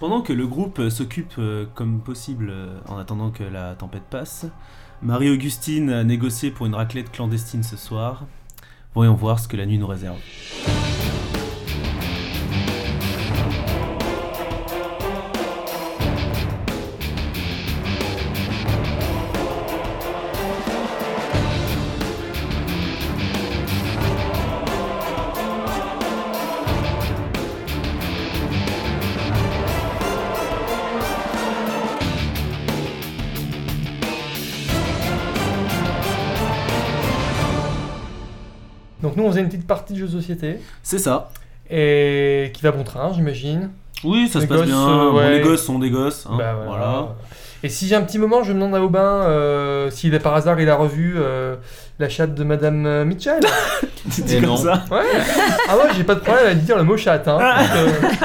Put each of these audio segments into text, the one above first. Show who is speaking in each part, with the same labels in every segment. Speaker 1: Pendant que le groupe euh, s'occupe euh, comme possible euh, en attendant que la tempête passe, Marie-Augustine a négocié pour une raclette clandestine ce soir. Voyons voir ce que la nuit nous réserve.
Speaker 2: Donc nous on faisait une petite partie de jeux de société
Speaker 1: C'est ça.
Speaker 2: et qui va bon train j'imagine.
Speaker 1: Oui, ça
Speaker 2: Les
Speaker 1: se passe
Speaker 2: gosses,
Speaker 1: bien.
Speaker 2: euh,
Speaker 1: Bon,
Speaker 2: ouais.
Speaker 1: les gosses sont des gosses. hein,
Speaker 2: Bah,
Speaker 1: voilà.
Speaker 2: Et si j'ai un petit moment, je demande à Aubin euh, s'il a par hasard il a revu euh, la chatte de Madame euh, Mitchell.
Speaker 1: Tu dis
Speaker 3: Et
Speaker 1: comme
Speaker 3: non.
Speaker 1: ça.
Speaker 2: Ouais. ah ouais, j'ai pas de problème à dire le mot chatte. Hein.
Speaker 1: Ah.
Speaker 2: Donc,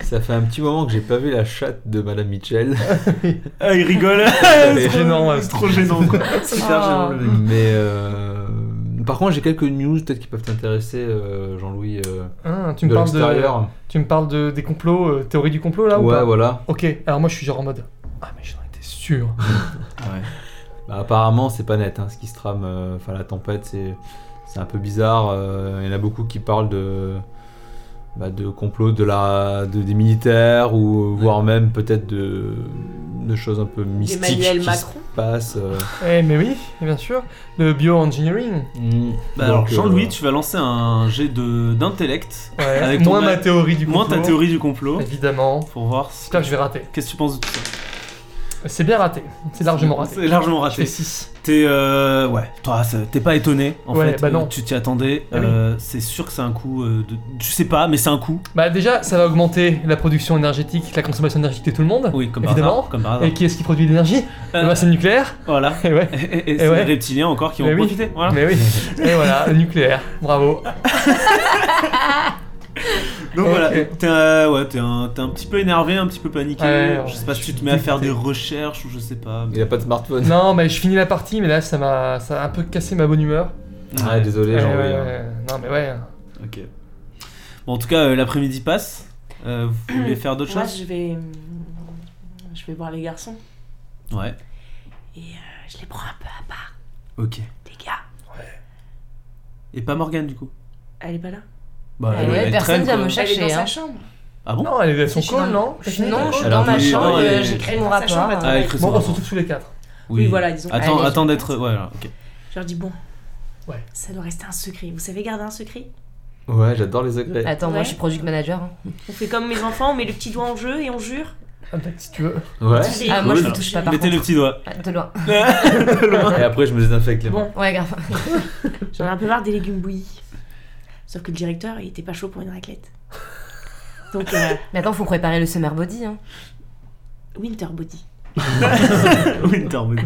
Speaker 3: Ça fait un petit moment que j'ai pas vu la chatte de Madame Mitchell,
Speaker 1: Ah, il rigole.
Speaker 2: C'est
Speaker 1: trop-
Speaker 2: gênant, ouais.
Speaker 1: C'est trop gênant, quoi. C'est super
Speaker 4: Ah.
Speaker 1: gênant, le mec.
Speaker 3: mais euh, par contre j'ai quelques news peut-être qui peuvent t'intéresser, euh, Jean-Louis, euh,
Speaker 2: euh, hein, tu me
Speaker 3: de
Speaker 2: parles de,
Speaker 3: l'extérieur.
Speaker 2: tu me parles de des complots, euh, théorie du complot là ou
Speaker 3: Ouais,
Speaker 2: pas
Speaker 3: voilà.
Speaker 2: Ok. Alors moi je suis genre en mode. Ah mais j'en étais sûr.
Speaker 3: Bah, apparemment, c'est pas net hein, ce qui se trame. euh, Enfin, la tempête, c'est c'est un peu bizarre. euh, Il y en a beaucoup qui parlent de bah, de complot de la de- des militaires ou euh, voire même peut-être de de choses un peu mystiques
Speaker 4: Emmanuel
Speaker 3: qui
Speaker 4: Macron.
Speaker 3: se passent. euh.
Speaker 2: eh mais oui, bien sûr. Le bioengineering.
Speaker 1: Bah, alors,
Speaker 3: Donc, euh,
Speaker 1: Jean-Louis, tu vas lancer un jet de- d'intellect.
Speaker 2: Ouais.
Speaker 1: Avec ton
Speaker 2: Moins
Speaker 1: ma-
Speaker 2: ma théorie du
Speaker 1: Moins
Speaker 2: complot.
Speaker 1: ta théorie du complot.
Speaker 2: Évidemment.
Speaker 1: Pour voir ce-
Speaker 2: J'espère que je vais rater.
Speaker 1: Qu'est-ce que tu penses de tout ça
Speaker 2: C'est bien raté. C'est largement raté.
Speaker 1: C'est largement
Speaker 2: Je fais
Speaker 1: raté.
Speaker 2: 6.
Speaker 1: T'es euh, ouais, toi, ça- t'es pas étonné en
Speaker 2: Ouais,
Speaker 1: fait.
Speaker 2: bah
Speaker 1: euh,
Speaker 2: non.
Speaker 1: Tu t'y attendais.
Speaker 2: Ah oui.
Speaker 1: euh, c'est sûr que c'est un coup. euh, de... Tu sais pas, mais c'est un coup.
Speaker 2: Bah déjà, ça va augmenter la production énergétique, la consommation énergétique de tout le monde.
Speaker 1: Oui, comme par
Speaker 2: Évidemment.
Speaker 1: hasard. Comme par hasard.
Speaker 2: Et qui est-ce qui produit de l'énergie
Speaker 1: Euh,
Speaker 2: Eh ben, C'est le nucléaire.
Speaker 1: Voilà.
Speaker 2: Et ouais.
Speaker 1: Et, et- et c'est
Speaker 2: ouais.
Speaker 1: les reptiliens encore qui
Speaker 2: Mais
Speaker 1: ont
Speaker 2: oui.
Speaker 1: profité. Voilà.
Speaker 2: Mais oui. Et voilà, le nucléaire. Bravo.
Speaker 1: Donc
Speaker 2: Ok.
Speaker 1: voilà, t'es euh, ouais, t'es un, t'es un petit peu énervé, un petit peu paniqué.
Speaker 2: Ouais,
Speaker 1: je sais
Speaker 2: ouais,
Speaker 1: pas
Speaker 2: je
Speaker 1: si tu te
Speaker 2: suis
Speaker 1: mets à faire des
Speaker 2: dégoûté.
Speaker 1: recherches ou je sais pas. mais-
Speaker 3: Il a pas de smartphone.
Speaker 2: Non, mais je finis la partie, mais là, ça m'a, ça a un peu cassé ma bonne humeur.
Speaker 3: Ah, désolé,
Speaker 2: Eh
Speaker 3: Jean-Louis.
Speaker 2: ouais,
Speaker 3: hein.
Speaker 2: ouais. Non, mais ouais.
Speaker 1: Ok. Bon, en tout cas, euh, l'après-midi passe. Euh, vous voulez faire d'autres
Speaker 4: Moi,
Speaker 1: choses
Speaker 4: je vais. euh, Je vais voir les garçons.
Speaker 1: Ouais.
Speaker 4: Et euh, je les prends un peu à part,
Speaker 1: Ok.
Speaker 4: les gars.
Speaker 1: Et pas Morgane du coup.
Speaker 4: Elle est pas là
Speaker 1: Bah,
Speaker 4: Eh ouais,
Speaker 5: personne vient me
Speaker 1: quoi.
Speaker 5: chercher.
Speaker 4: Elle est dans
Speaker 5: Cachez,
Speaker 4: sa
Speaker 5: hein.
Speaker 4: chambre.
Speaker 1: Ah bon
Speaker 2: Non, elle est à son
Speaker 5: Je suis
Speaker 2: col,
Speaker 5: dans-
Speaker 2: non
Speaker 5: je suis- Non, je suis
Speaker 1: Elle a
Speaker 5: dans ma
Speaker 1: voulu-
Speaker 5: chambre,
Speaker 1: elle
Speaker 5: euh,
Speaker 1: est-
Speaker 5: j'ai créé mon
Speaker 4: Sa chambre,
Speaker 5: rapport.
Speaker 4: attends.
Speaker 1: Ah, elle
Speaker 5: euh,
Speaker 1: crée son
Speaker 2: Bon, on se
Speaker 1: rapport.
Speaker 2: retrouve tous les quatre.
Speaker 4: Oui, voilà, disons.
Speaker 1: Attends,
Speaker 5: Allez,
Speaker 1: attends d'être. Ouais, alors, ok.
Speaker 4: Je leur dis bon.
Speaker 2: Ouais.
Speaker 4: Ça doit rester un secret. Vous savez garder un secret
Speaker 3: Ouais, j'adore les secrets.
Speaker 5: Attends, moi
Speaker 4: Ouais.
Speaker 5: je suis product manager. hein.
Speaker 4: On fait comme mes enfants, on met le petit doigt en jeu et on jure.
Speaker 2: Ah, d'accord, si tu veux.
Speaker 3: Ouais.
Speaker 4: Tu sais,
Speaker 5: Ah, moi
Speaker 1: cool,
Speaker 5: je me
Speaker 1: ça.
Speaker 5: touche pas par
Speaker 1: Mettez
Speaker 5: contre.
Speaker 1: le petit doigt.
Speaker 5: Ah, De loin.
Speaker 3: Et après, je me désinfecte les
Speaker 4: Bon.
Speaker 3: mains.
Speaker 5: Ouais, grave.
Speaker 4: J'en ai un peu marre des légumes bouillis. Sauf que le directeur, il était pas chaud pour une raclette. Donc, euh,
Speaker 5: Mais attends, faut préparer le summer body. Hein.
Speaker 4: Winter Body.
Speaker 1: Winterwood.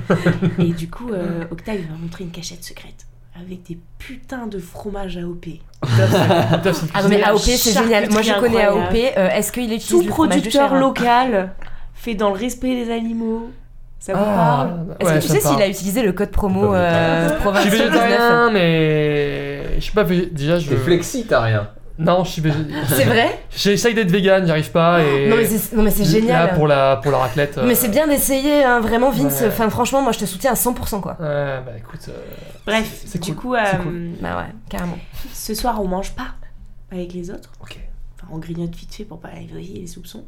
Speaker 4: Et du coup, euh, Octave m'a montré une cachette secrète avec des putains de fromages AOP.
Speaker 2: Octave, c'est-
Speaker 5: Ah non, mais AOP, c'est
Speaker 4: Charcuterie
Speaker 5: génial. Moi je connais
Speaker 4: incroyable.
Speaker 5: AOP. euh, Est-ce qu'il utilise
Speaker 4: Tout
Speaker 5: le fromage de
Speaker 4: producteur
Speaker 2: hein.
Speaker 5: chèvre
Speaker 4: local, fait dans le respect des animaux. Ça vous parle
Speaker 2: Ah,
Speaker 5: Est-ce
Speaker 2: ouais,
Speaker 5: que tu
Speaker 2: ça
Speaker 5: sais
Speaker 2: parle.
Speaker 5: s'il a utilisé le code promo
Speaker 3: Pas
Speaker 5: euh,
Speaker 2: Je suis
Speaker 5: provincial 19?
Speaker 2: végétarien, mais. Je suis pas végé- Déjà, je.
Speaker 3: T'es flexi, t'as rien.
Speaker 2: Non, je suis végétarien.
Speaker 5: C'est vrai
Speaker 2: J'essaye d'être vegan, j'y arrive pas. Et...
Speaker 5: Ah, Non mais c'est- non, mais c'est génial.
Speaker 2: Là, pour la, pour la raclette.
Speaker 5: Mais
Speaker 2: euh,
Speaker 5: c'est bien d'essayer, hein, vraiment Vince.
Speaker 2: Ouais.
Speaker 5: Enfin, franchement, moi je te soutiens à 100% quoi.
Speaker 2: Ouais, bah écoute. euh,
Speaker 4: Bref,
Speaker 2: c'est
Speaker 4: du
Speaker 2: cool,
Speaker 4: coup,
Speaker 2: c'est
Speaker 4: euh,
Speaker 2: cool.
Speaker 5: Bah ouais, carrément.
Speaker 4: ce soir, on mange pas avec les autres.
Speaker 2: Ok.
Speaker 4: Enfin, on grignote vite fait pour pas éveiller les soupçons.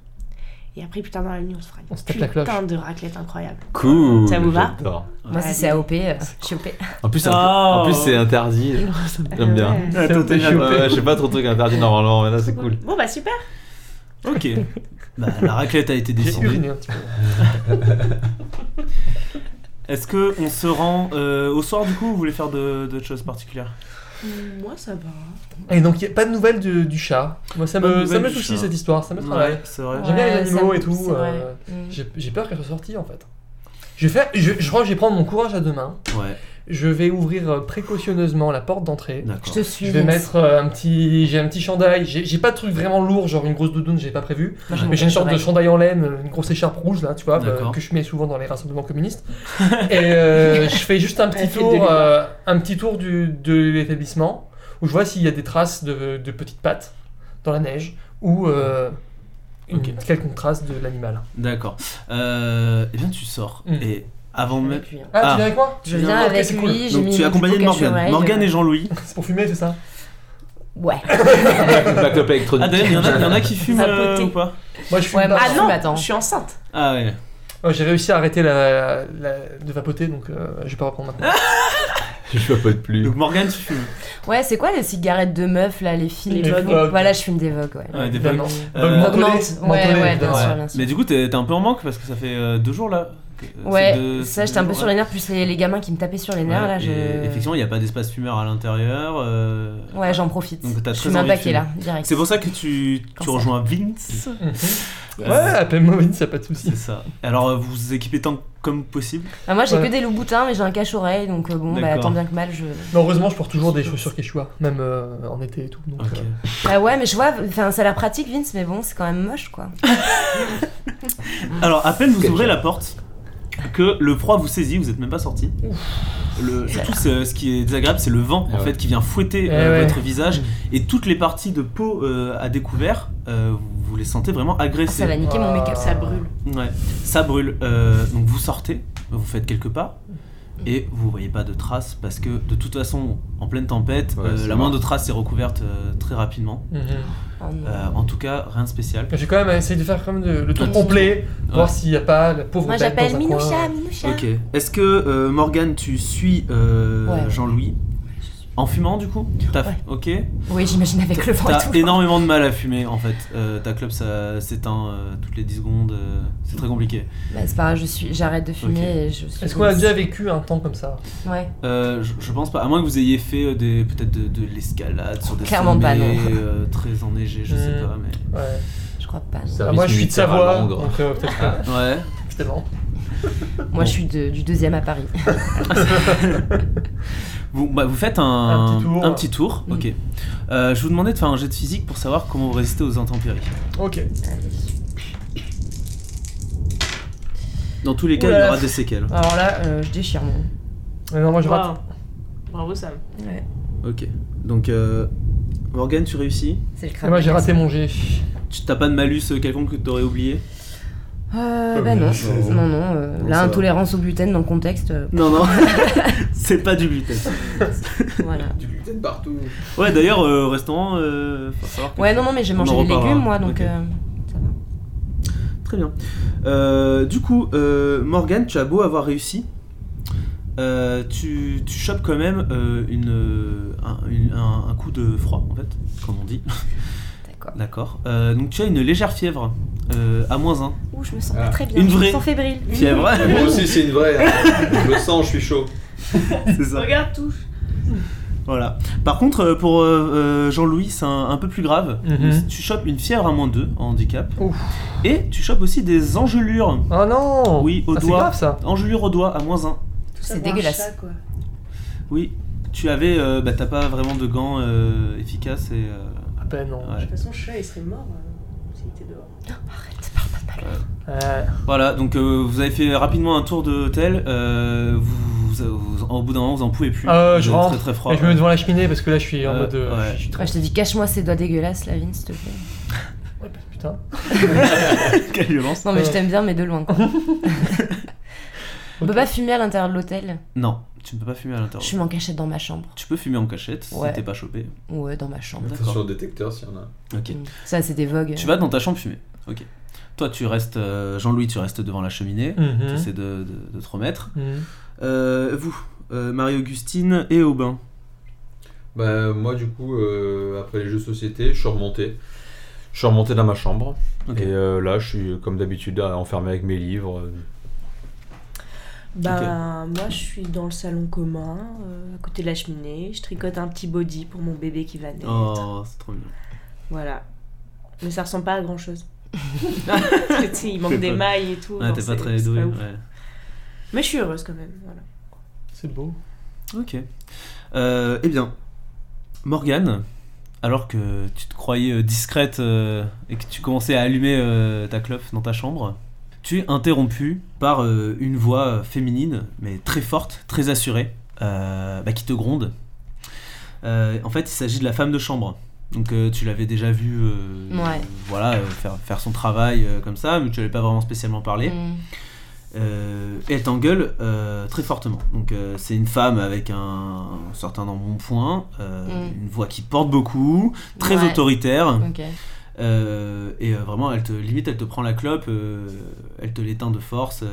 Speaker 4: Et après, putain, dans la nuit, on se fera une
Speaker 2: On se tape la
Speaker 4: putain
Speaker 2: cloche.
Speaker 4: de raclette incroyable.
Speaker 3: Cool.
Speaker 4: Ça vous va
Speaker 3: j'adore.
Speaker 5: Moi si c'est AOP, euh, je suis OP.
Speaker 3: En plus, c'est un peu-
Speaker 1: Ah.
Speaker 3: en plus, c'est interdit. genre, ça me- J'aime bien.
Speaker 4: Ouais.
Speaker 1: Attends, t'es
Speaker 3: Ouais, ouais, Oh. je sais pas trop de trucs interdits normalement, mais là c'est cool.
Speaker 4: Bon, bah super.
Speaker 1: Ok. Bah, la raclette a été
Speaker 2: J'ai
Speaker 1: décidée.
Speaker 2: uriné un petit peu.
Speaker 1: Est-ce que on se rend euh, au soir du coup ou vous voulez faire de- d'autres choses particulières
Speaker 4: Moi, ça va.
Speaker 2: Et donc, y a pas de nouvelles du, du chat. Moi, ça
Speaker 1: Pas de
Speaker 2: me, ça
Speaker 1: nouvelles
Speaker 2: me
Speaker 1: du
Speaker 2: touche
Speaker 1: chat.
Speaker 2: cette histoire, ça me travaille.
Speaker 1: c'est vrai.
Speaker 2: J'aime bien les
Speaker 5: Ouais,
Speaker 2: animaux
Speaker 5: ça-
Speaker 2: et tout,
Speaker 5: c'est vrai.
Speaker 2: euh,
Speaker 5: Mm.
Speaker 2: J'ai j'ai peur qu'elle soit sortie en fait. Je, vais faire, je, je crois que je vais prendre mon courage à deux mains.
Speaker 1: Ouais,
Speaker 2: Je vais ouvrir euh, précautionneusement la porte d'entrée.
Speaker 5: Je
Speaker 1: d'accord.
Speaker 5: te suis.
Speaker 2: Je vais
Speaker 5: Vince.
Speaker 2: mettre euh, un petit. J'ai un petit chandail. J'ai j'ai pas de truc vraiment lourd, genre une grosse doudoune, j'ai pas prévu.
Speaker 5: Moi, j'ai
Speaker 2: Mais j'ai
Speaker 5: mon
Speaker 2: une sorte de chandail en laine, une grosse écharpe rouge là, tu vois, euh,
Speaker 1: D'accord.
Speaker 2: que je mets souvent dans les rassemblements communistes. et euh, je fais juste un petit
Speaker 4: Elle fait de
Speaker 2: tour,
Speaker 4: l'humour.
Speaker 2: euh, un petit tour du, de l'établissement où je vois s'il y a des traces de, de petites pattes dans la neige ou euh,
Speaker 1: Ok.
Speaker 2: une quelconque trace de l'animal.
Speaker 1: D'accord. Euh, eh bien, tu sors.
Speaker 2: Mm.
Speaker 1: Et avant de mettre.
Speaker 4: Avec lui, hein.
Speaker 2: Ah,
Speaker 1: Ah.
Speaker 2: tu viens avec moi
Speaker 5: Je viens
Speaker 2: Ok,
Speaker 5: avec
Speaker 2: c'est
Speaker 5: lui.
Speaker 2: cool.
Speaker 5: j'ai
Speaker 1: Donc,
Speaker 5: mis
Speaker 1: tu es
Speaker 5: une
Speaker 1: accompagné de
Speaker 5: petite cache
Speaker 1: Morgane.
Speaker 5: oreille.
Speaker 1: Morgane et Jean-Louis.
Speaker 2: C'est pour fumer, c'est ça
Speaker 5: euh, Ouais.
Speaker 3: Backlop électronique.
Speaker 1: Ah, d'ailleurs, il y, en a- il y en a qui fument euh,
Speaker 4: Vapoter.
Speaker 1: ou pas
Speaker 2: Moi, je fume
Speaker 5: Ouais,
Speaker 2: pas.
Speaker 5: bah-
Speaker 4: Ah non,
Speaker 5: Attends.
Speaker 4: je suis enceinte.
Speaker 1: Ah, ouais.
Speaker 2: Ouais, J'ai réussi à arrêter la, la- de vapoter, donc euh, je vais pas reprendre maintenant.
Speaker 3: Je vois pas de plus.
Speaker 1: Donc, Morgane, tu fumes.
Speaker 5: Ouais, c'est quoi les cigarettes de meufs là, les filles
Speaker 2: Les
Speaker 5: et tout
Speaker 2: Vogue.
Speaker 5: Voilà, je fume des Vogue, ouais.
Speaker 1: Ouais, des
Speaker 2: Évidemment.
Speaker 1: vagues.
Speaker 2: Vogue
Speaker 1: Euh,
Speaker 2: mentholée,
Speaker 5: augmente. Ouais,
Speaker 2: mentholée,
Speaker 5: ouais,
Speaker 2: évidemment.
Speaker 5: bien sûr, bien sûr.
Speaker 1: Mais du coup, t'es t'es un peu en manque parce que ça fait euh, deux jours là. que- euh,
Speaker 5: Ouais,
Speaker 1: c'est deux-
Speaker 5: ça
Speaker 1: c'est
Speaker 5: j'étais un
Speaker 1: deux
Speaker 5: peu
Speaker 1: jours,
Speaker 5: sur
Speaker 1: ouais.
Speaker 5: les nerfs, plus les, les gamins qui me tapaient sur les nerfs
Speaker 1: Ouais,
Speaker 5: là.
Speaker 1: et
Speaker 5: Je...
Speaker 1: Effectivement, il n'y a pas d'espace fumeur à l'intérieur. euh,
Speaker 5: Ouais, j'en profite.
Speaker 1: Donc, t'as
Speaker 5: je
Speaker 1: très
Speaker 5: fume un
Speaker 1: envie de
Speaker 5: paquet
Speaker 1: fumer.
Speaker 5: là, direct.
Speaker 1: Ah, C'est pour ça que tu,
Speaker 5: Quand
Speaker 1: tu
Speaker 5: ça-
Speaker 1: rejoins Vince.
Speaker 2: Mhm.
Speaker 1: Euh,
Speaker 2: Ouais, appelle-moi Vince, y a pas de soucis.
Speaker 1: C'est ça. Alors, euh, vous vous équipez tant comme possible.
Speaker 5: Ah, moi j'ai
Speaker 2: Ouais.
Speaker 5: que des loups boutins, mais j'ai un cache-oreille donc euh, bon, bah
Speaker 1: D'accord.
Speaker 5: tant bien que mal je.
Speaker 2: Mais heureusement, je porte toujours des chaussures Quechua, même euh, en été et tout. Donc,
Speaker 1: Ok.
Speaker 2: euh,
Speaker 5: Ah ouais, mais je vois, enfin, ça a l'air pratique Vince, mais bon, c'est quand même moche quoi.
Speaker 1: Alors, à peine vous
Speaker 3: Quel
Speaker 1: ouvrez
Speaker 3: genre.
Speaker 1: la porte que le froid vous saisit, vous n'êtes même pas sorti. Le, surtout, euh, ce, ce qui est désagréable, c'est le vent
Speaker 3: Ah
Speaker 1: en
Speaker 3: ouais.
Speaker 1: fait qui vient fouetter
Speaker 2: Eh
Speaker 1: euh,
Speaker 2: ouais.
Speaker 1: votre
Speaker 5: Mm.
Speaker 1: visage et toutes les parties de peau euh, à découvert, euh, vous- vous les sentez vraiment agressées.
Speaker 5: Ah, Ça va niquer
Speaker 2: Ah.
Speaker 5: mon make-up.
Speaker 4: Ça brûle.
Speaker 1: Ouais, ça brûle. Euh, donc vous sortez, vous faites quelques pas, et vous voyez pas de traces parce que de toute façon, en pleine tempête,
Speaker 3: Ouais,
Speaker 1: euh,
Speaker 3: c'est
Speaker 1: la
Speaker 3: mort.
Speaker 1: moindre trace est recouverte euh, très rapidement.
Speaker 2: mhm.
Speaker 5: Oh, non.
Speaker 1: Euh, en tout cas, rien de spécial.
Speaker 2: J'ai quand même essayé de faire quand même le, le tour
Speaker 5: Ouais.
Speaker 2: complet, voir
Speaker 1: Ouais.
Speaker 2: s'il n'y a pas la pauvre
Speaker 5: Moi
Speaker 2: bête dans
Speaker 5: j'appelle
Speaker 2: un coin.
Speaker 5: Minoucha, Minoucha.
Speaker 1: Ok. Est-ce que euh, Morgane, tu suis euh,
Speaker 5: Ouais.
Speaker 1: Jean-Louis en fumant du coup T'as-
Speaker 5: Ouais.
Speaker 1: Ok.
Speaker 5: Oui, j'imagine avec le vent et
Speaker 1: T'as
Speaker 5: tout.
Speaker 1: énormément de mal à fumer en fait. Euh, ta clope ça s'éteint euh, toutes les 10 secondes. euh, c'est très compliqué.
Speaker 5: Bah, c'est pas grave, je suis, j'arrête de fumer
Speaker 1: Ok.
Speaker 5: et je suis.
Speaker 2: Est-ce qu'on a déjà vécu un temps comme ça
Speaker 5: Ouais.
Speaker 1: Euh, je, je pense pas, à moins que vous ayez fait euh, des peut-être de, de l'escalade sur des
Speaker 5: Clairement pas,
Speaker 1: sommets,
Speaker 5: non.
Speaker 1: euh, très enneigés, je sais
Speaker 2: Hmm.
Speaker 1: pas, mais
Speaker 2: Ouais.
Speaker 5: Je crois pas. non.
Speaker 3: Ça-
Speaker 2: Ah,
Speaker 3: Service
Speaker 2: moi, je suis de
Speaker 3: militaire à
Speaker 2: Savoie,
Speaker 3: Langres.
Speaker 2: donc euh, peut-être pas.
Speaker 1: ouais.
Speaker 2: Justement.
Speaker 5: Moi je suis de- du deuxième à Paris.
Speaker 1: Vous, bah, vous faites un,
Speaker 2: Un petit tour.
Speaker 1: petit tour,
Speaker 5: Hmm.
Speaker 1: ok. Euh, je vous demandais de faire un jet de physique pour savoir comment vous résistez aux intempéries.
Speaker 2: Ok.
Speaker 1: Dans tous les cas,
Speaker 2: Oula.
Speaker 1: il y aura des séquelles.
Speaker 5: Alors là, euh, je déchire mon.
Speaker 2: Mais Euh, non, moi, je rate.
Speaker 4: Bravo. Bravo Sam.
Speaker 5: Ouais.
Speaker 1: Ok. Donc, euh, Morgane, tu réussis.
Speaker 5: C'est le
Speaker 2: Et
Speaker 5: crabe.
Speaker 2: moi, j'ai raté mon G.
Speaker 1: Tu t'as pas de malus euh, quelconque que t'aurais oublié
Speaker 5: Euh, bah non. Non, non. euh,
Speaker 1: Non,
Speaker 5: là,
Speaker 1: ça va.
Speaker 5: intolérance au gluten dans le contexte. euh,
Speaker 1: Non, non. C'est pas du gluten.
Speaker 5: voilà.
Speaker 3: Du gluten partout.
Speaker 1: Ouais, d'ailleurs, euh, au restaurant, euh, faut savoir que
Speaker 5: Ouais,
Speaker 1: tu-
Speaker 5: non, non, mais j'ai
Speaker 1: On
Speaker 5: mangé
Speaker 1: en
Speaker 5: des
Speaker 1: reparlera.
Speaker 5: légumes, moi, donc
Speaker 1: Ok.
Speaker 5: euh, ça va.
Speaker 1: Très bien. Euh, du coup, euh, Morgane, tu as beau avoir réussi, euh, tu, tu chopes quand même euh, une, euh, un, une- un- un coup de froid, en fait, comme on dit.
Speaker 5: D'accord.
Speaker 1: D'accord. Euh, donc tu as une légère fièvre, euh, à moins 1.
Speaker 5: Ouh, je me sens
Speaker 3: Ah.
Speaker 5: pas très bien.
Speaker 1: Une
Speaker 5: je
Speaker 1: vraie.
Speaker 5: me sens fébrile.
Speaker 1: Fièvre
Speaker 3: Moi aussi, c'est une vraie. hein. Je le sens, je suis chaud.
Speaker 1: C'est ça.
Speaker 4: Regarde tout.
Speaker 1: Voilà. Par contre, euh, pour euh, euh, Jean-Louis, c'est un, un peu plus grave.
Speaker 2: Mhm.
Speaker 1: Tu chopes une fièvre à moins 2 en handicap.
Speaker 2: Ouf.
Speaker 1: Et tu chopes aussi des engelures.
Speaker 2: Ah non
Speaker 1: Oui, au
Speaker 2: Ah, C'est
Speaker 1: doigt.
Speaker 2: grave, ça.
Speaker 1: Engelures au doigt à moins 1.
Speaker 5: C'est dégueulasse.
Speaker 1: Oui, tu avais, euh, bah t'as pas vraiment de gants euh, efficaces et. euh,
Speaker 2: Ah ben non.
Speaker 1: ouais.
Speaker 4: De toute façon, chat, il serait mort euh, s'il était dehors.
Speaker 5: Arrête, parle pas de mal.
Speaker 2: Euh,
Speaker 1: Voilà, donc euh, vous avez fait rapidement un tour de hôtel. euh, vous, vous- vous- au bout d'un moment, vous en pouvez plus.
Speaker 2: Ah ouais,
Speaker 1: Il
Speaker 2: je
Speaker 1: est
Speaker 2: rentre
Speaker 1: Très très froid.
Speaker 2: et je me mets devant la cheminée parce que là, je suis en
Speaker 1: Euh,
Speaker 2: mode. euh,
Speaker 1: ouais.
Speaker 2: Je suis très.
Speaker 5: Ouais, je te dis, cache-moi ces doigts dégueulasses, là, Vin, s'il te plaît.
Speaker 2: Ouais, bah, putain.
Speaker 1: Quelle violence
Speaker 5: Non, mais je
Speaker 2: Ouais.
Speaker 5: t'aime bien, mais de loin, quoi. On peut
Speaker 2: Ok.
Speaker 5: pas fumer à l'intérieur de l'hôtel.
Speaker 1: Non, tu ne peux pas fumer à l'intérieur.
Speaker 5: Je fume en cachette dans ma chambre.
Speaker 1: Tu peux fumer en cachette
Speaker 5: Ouais.
Speaker 1: si t'es pas chopé.
Speaker 5: Ouais, dans ma chambre.
Speaker 1: D'accord.
Speaker 3: Sur le détecteur, s'il y en a.
Speaker 1: Ok.
Speaker 5: Mm. Ça, c'est des vogues.
Speaker 1: Tu vas dans ta chambre fumer. Ok. Toi, tu restes, euh, Jean-Louis, tu restes devant la cheminée.
Speaker 2: Mhm.
Speaker 1: T'essaies de, de- de te remettre.
Speaker 2: Mhm.
Speaker 1: Euh, vous, euh, Marie-Augustine et Aubin.
Speaker 3: Bah, moi, du coup, euh, après les jeux de société, je suis remonté. Je suis remonté dans ma chambre.
Speaker 1: Ok.
Speaker 3: Et euh, là, je suis comme d'habitude à- enfermé avec mes livres. euh,
Speaker 4: Ben, moi, je suis dans le salon commun, euh, à côté de la cheminée. Je tricote un petit body pour mon bébé qui va naître.
Speaker 1: Oh, c'est trop mignon.
Speaker 4: Voilà. Mais ça ressemble pas à grand chose. Parce que, tu sais, il manque
Speaker 1: T'es
Speaker 4: des
Speaker 1: pas-
Speaker 4: mailles et tout.
Speaker 1: Ouais,
Speaker 4: genre,
Speaker 1: t'es pas
Speaker 4: Oh, c'est-
Speaker 1: très
Speaker 4: c'est
Speaker 1: doué.
Speaker 4: ouf.
Speaker 1: ouais.
Speaker 4: Mais je suis heureuse quand même. Voilà.
Speaker 2: C'est beau.
Speaker 1: Ok. Euh, eh bien, Morgane, alors que tu te croyais euh, discrète euh, et que tu commençais à allumer euh, ta clope dans ta chambre, tu es interrompue par euh, une voix euh, féminine, mais très forte, très assurée, euh, bah, qui te gronde. Euh, en fait, il s'agit de la femme de chambre Donc euh, tu l'avais déjà vu euh,
Speaker 5: Ouais.
Speaker 1: voilà, euh, faire, faire son travail euh, comme ça, mais tu n'avais pas vraiment spécialement parlé.
Speaker 5: Mm.
Speaker 1: Euh, et elle t'engueule euh, très fortement. Donc euh, c'est une femme avec un, un certain embonpoint, euh,
Speaker 5: Mm.
Speaker 1: une voix qui porte beaucoup, très
Speaker 5: Ouais. Mm.
Speaker 1: autoritaire.
Speaker 5: Ok.
Speaker 1: euh, et euh, vraiment, elle te limite, elle te prend la clope, euh, elle te l'éteint de force. euh,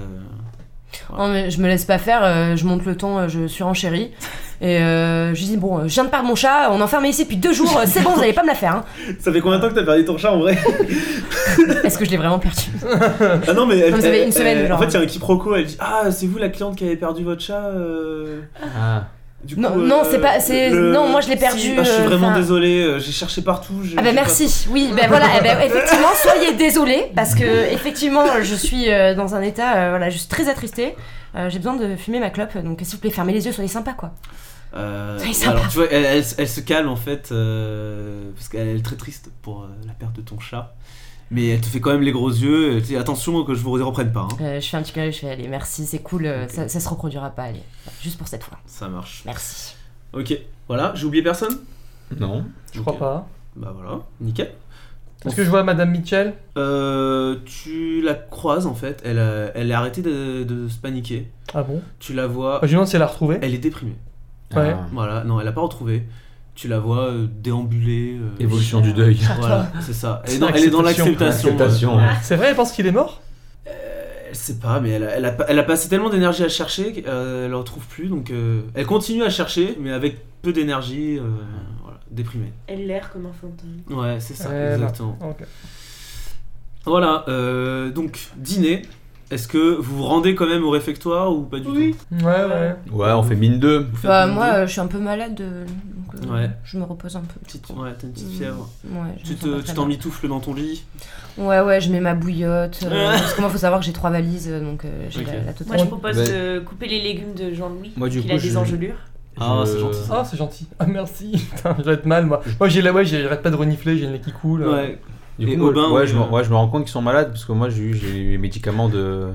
Speaker 5: Non, mais je me laisse pas faire, euh, je monte le ton, euh, je suis en chérie. Et euh, je lui dis, bon, euh, je viens de perdre mon chat, on est enfermé ici depuis deux jours, euh, c'est bon, vous allez pas me la faire. Hein.
Speaker 1: Ça fait combien de temps que t'as perdu ton chat en vrai
Speaker 5: Est-ce que je l'ai vraiment perdu
Speaker 1: Ah non mais elle-
Speaker 5: Non, mais ça fait
Speaker 1: elle-
Speaker 5: une semaine,
Speaker 1: elle- En
Speaker 5: genre.
Speaker 1: fait il y a un quiproquo, elle dit Ah c'est vous la cliente qui avait perdu votre chat euh,
Speaker 3: Ah.
Speaker 1: du euh,
Speaker 5: Non, non, c'est pas- c'est- non, moi, je l'ai
Speaker 1: Si,
Speaker 5: perdu,
Speaker 1: ah, je suis
Speaker 5: euh,
Speaker 1: vraiment
Speaker 5: enfin-
Speaker 1: désolé, euh, j'ai cherché partout. j'ai-
Speaker 5: Ah bah
Speaker 1: j'ai pas-
Speaker 5: merci, oui, ben voilà, eh ben, effectivement, soyez désolés, parce que effectivement, je suis euh, dans un état, euh, voilà, je suis très attristée. Euh, J'ai besoin de fumer ma clope, donc s'il vous plaît, fermez les yeux, soyez sympa quoi.
Speaker 1: Euh,
Speaker 5: Ça, il est sympa.
Speaker 1: alors tu vois, elle, elle- elle se calme en fait euh, parce qu'elle est très triste pour euh, la perte de ton chat. Mais elle te fait quand même les gros yeux. Elle dit attention que je vous reprenne pas. hein.
Speaker 5: Euh, je fais un petit clin d'œil, je fais allez, merci, c'est cool, euh,
Speaker 1: Ok.
Speaker 5: ça, ça se reproduira pas, allez, juste pour cette fois.
Speaker 1: Ça marche.
Speaker 5: Merci.
Speaker 1: Ok. Voilà. J'ai oublié personne.
Speaker 3: Non.
Speaker 2: Je crois
Speaker 1: Ok.
Speaker 2: pas.
Speaker 1: Bah voilà. Nickel.
Speaker 2: Est-ce que je vois Madame Mitchell
Speaker 1: Euh, tu la croises en fait. Elle, a- elle a arrêté de, de se paniquer.
Speaker 2: Ah bon
Speaker 1: Tu la vois.
Speaker 2: Ah, Je lui demande si elle l'a retrouvée.
Speaker 1: Elle est déprimée.
Speaker 2: Ouais.
Speaker 3: Ah.
Speaker 1: Voilà. Non, elle a pas retrouvé. Tu la vois euh, déambuler. euh,
Speaker 3: Évolution du deuil.
Speaker 1: Voilà, c'est ça. Elle est dans,
Speaker 2: C'est
Speaker 1: elle est dans l'acceptation. euh,
Speaker 2: l'acceptation.
Speaker 3: Acceptation.
Speaker 2: C'est vrai, elle pense qu'il est mort
Speaker 1: Elle sait pas, mais elle a, elle a pas- elle a passé tellement d'énergie à chercher qu'elle ne retrouve plus. Donc euh, elle continue à chercher, mais avec peu d'énergie, euh, voilà, déprimée.
Speaker 4: Elle l'air comme un fantôme.
Speaker 1: Ouais, c'est ça,
Speaker 2: Voilà.
Speaker 1: exactement.
Speaker 2: Ok.
Speaker 1: Voilà, euh, donc dîner. Est-ce que vous vous rendez quand même au réfectoire ou pas du
Speaker 4: Oui.
Speaker 1: tout
Speaker 2: Ouais, ouais.
Speaker 3: Ouais, on fait mine 2.
Speaker 1: Vous faites
Speaker 5: Bah,
Speaker 1: une
Speaker 5: moi,
Speaker 1: idée
Speaker 5: euh, je suis un peu malade, euh, donc euh,
Speaker 1: Ouais.
Speaker 5: je me repose un peu.
Speaker 1: Petite- ouais, t'as une petite
Speaker 5: Mm.
Speaker 1: fièvre.
Speaker 5: Ouais, je
Speaker 1: Tu
Speaker 5: me sens pas
Speaker 1: te-
Speaker 5: très
Speaker 1: tu t'en
Speaker 5: bien.
Speaker 1: mitoufles dans ton lit.
Speaker 5: Ouais, ouais, je mets ma bouillotte. euh,
Speaker 1: Ah.
Speaker 5: parce que moi, faut savoir que j'ai trois valises, donc euh, j'ai
Speaker 1: Ok.
Speaker 5: la, la
Speaker 4: Moi,
Speaker 5: totale.
Speaker 4: je propose
Speaker 3: Bah-
Speaker 4: de couper les légumes de Jean-Louis.
Speaker 3: Moi, du
Speaker 4: qu'il
Speaker 3: coup,
Speaker 4: a des
Speaker 3: je-
Speaker 4: engelures.
Speaker 1: Ah,
Speaker 3: Je-
Speaker 1: c'est gentil,
Speaker 5: Oh,
Speaker 1: ça.
Speaker 2: Ah, c'est gentil. Ah, merci. Putain, j'arrête mal, moi. Moi, j'ai la, ouais, j'arrête pas de renifler, j'ai le nez qui coule. euh,
Speaker 1: Ouais.
Speaker 3: Du
Speaker 1: Et
Speaker 3: coup,
Speaker 1: Aubin,
Speaker 3: ouais,
Speaker 1: oui,
Speaker 3: je me,
Speaker 1: euh.
Speaker 3: ouais, je me rends compte qu'ils sont malades parce que moi j'ai eu, j'ai eu les médicaments de,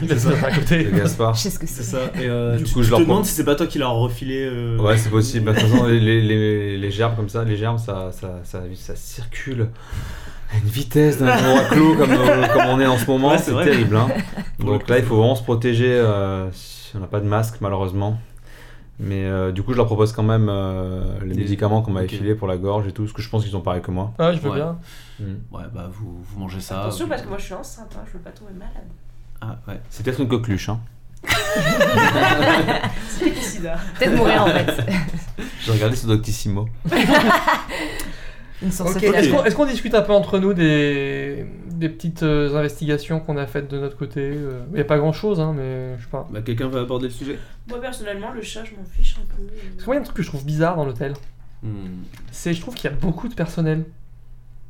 Speaker 2: Il a ça à
Speaker 3: de
Speaker 2: côté.
Speaker 3: Gaspard.
Speaker 5: Je sais ce que c'est.
Speaker 1: C'est ça. Et euh,
Speaker 3: Du
Speaker 1: tu,
Speaker 3: coup,
Speaker 1: tu
Speaker 3: je
Speaker 1: te
Speaker 3: leur
Speaker 1: demandes
Speaker 3: prends.
Speaker 1: si c'est pas toi qui leur refilé. euh,
Speaker 3: Ouais, c'est possible. Bah, De toute façon, les, les, les, les gerbes comme ça, les germes, ça, ça, ça, ça circule à une vitesse d'un endroit clos comme, euh, comme on est en ce moment.
Speaker 1: Ouais, c'est
Speaker 3: c'est
Speaker 1: vrai.
Speaker 3: terrible. hein.
Speaker 1: Pour le
Speaker 3: Donc
Speaker 1: coup,
Speaker 3: là, il
Speaker 1: c'est
Speaker 3: faut
Speaker 1: vrai.
Speaker 3: vraiment se protéger. euh, si on n'a pas de masque, malheureusement. Mais euh, du coup, je leur propose quand même euh, les
Speaker 1: Des-
Speaker 3: médicaments qu'on m'avait
Speaker 1: ok.
Speaker 3: filés pour la gorge et tout, parce que je pense qu'ils ont pareil que moi.
Speaker 2: Ah, je veux
Speaker 1: Ouais.
Speaker 2: bien.
Speaker 1: Ouais, bah vous, vous mangez ça.
Speaker 4: Attention,
Speaker 1: vous-
Speaker 4: parce que moi, je suis enceinte. hein, Je veux pas tomber malade.
Speaker 1: Ah, ouais.
Speaker 3: C'est peut-être une coqueluche. Hein.
Speaker 4: C'est lui qui s'y dort.
Speaker 5: Peut-être mourir en fait.
Speaker 3: J'ai regardé ce Doctissimo.
Speaker 5: Une source
Speaker 2: Ok,
Speaker 5: de
Speaker 2: Est-ce
Speaker 5: flash.
Speaker 2: qu'on est-ce qu'on discute un peu entre nous des, des petites euh, investigations qu'on a faites de notre côté euh, Il n'y a pas grand chose, hein, mais je sais pas.
Speaker 1: Bah, quelqu'un veut aborder le sujet
Speaker 4: Moi, personnellement, le chat, je m'en fiche un peu.
Speaker 2: Parce que moi, il y a un truc que je trouve bizarre dans l'hôtel,
Speaker 1: Hmm.
Speaker 2: c'est je trouve qu'il y a beaucoup de personnel